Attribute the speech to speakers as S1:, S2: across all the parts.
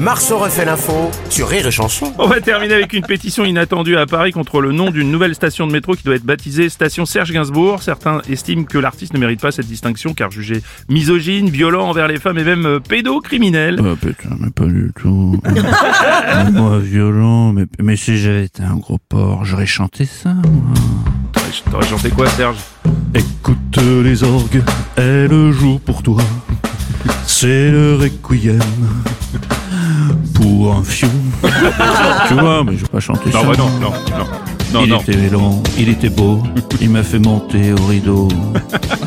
S1: Marceau refait l'info sur Rire et Chanson.
S2: On va terminer avec une pétition inattendue à Paris contre le nom d'une nouvelle station de métro qui doit être baptisée Station Serge Gainsbourg. Certains estiment que l'artiste ne mérite pas cette distinction car jugé misogyne, violent envers les femmes et même euh, pédocriminel.
S3: Ah, putain, mais pas du tout. Ah, moi, violent, mais, mais si j'avais été un gros porc, j'aurais chanté ça, moi.
S2: T'aurais- T'aurais chanté quoi Serge
S3: Écoute les orgues, elles jouent pour toi. C'est le requiem pour un fion. tu vois, Ah, mais je vais pas chanter ça.
S2: Non, bah non, non, non. Non,
S3: il
S2: non.
S3: était long, il était beau, il m'a fait monter au rideau.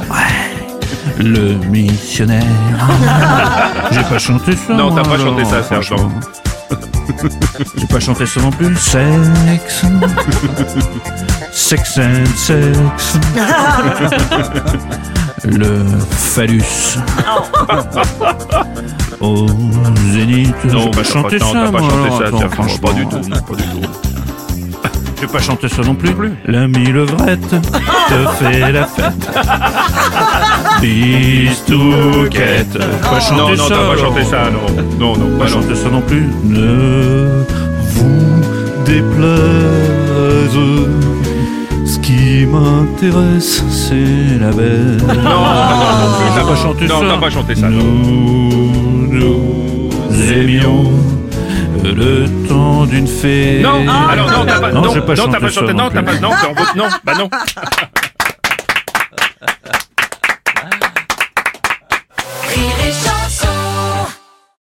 S3: Ouais, le missionnaire. J'ai pas chanté ça.
S2: Non,
S3: moi,
S2: t'as pas
S3: alors,
S2: chanté ça, Serge,
S3: franchement. J'ai pas chanté ça non plus. Sexe. Sex and sex. Le phallus. Au zénith.
S2: Non,
S3: J'ai
S2: bah,
S3: pas
S2: t'as
S3: chanté
S2: non,
S3: ça.
S2: t'as pas
S3: moi,
S2: chanté
S3: alors,
S2: ça,
S3: attends,
S2: Serge.
S3: franchement.
S2: Pas du tout, non, pas du tout.
S3: Je vais pas chanter ça non plus. L'ami levrette te fait la fête. Bistouquette. Pas chanter
S2: Non, non,
S3: ça.
S2: t'as pas
S3: alors.
S2: chanté ça, non. Non, non,
S3: Pas
S2: bah non.
S3: chanter ça non plus. Ne vous déplaise. Ce qui m'intéresse, c'est la belle.
S2: Non, non, non,
S3: J'ai pas chanté
S2: non,
S3: ça.
S2: t'as pas chanté ça, non.
S3: Nous, nous aimions le temps d'une fée.
S2: Non, alors non, t'as pas,
S3: Non,
S2: non,
S3: j'ai pas
S2: non, t'as
S3: chanté
S2: pas
S3: ça
S2: chanté,
S3: non
S2: non, t'as pas,
S3: plus.
S2: non, t'as en vote, non, bah non.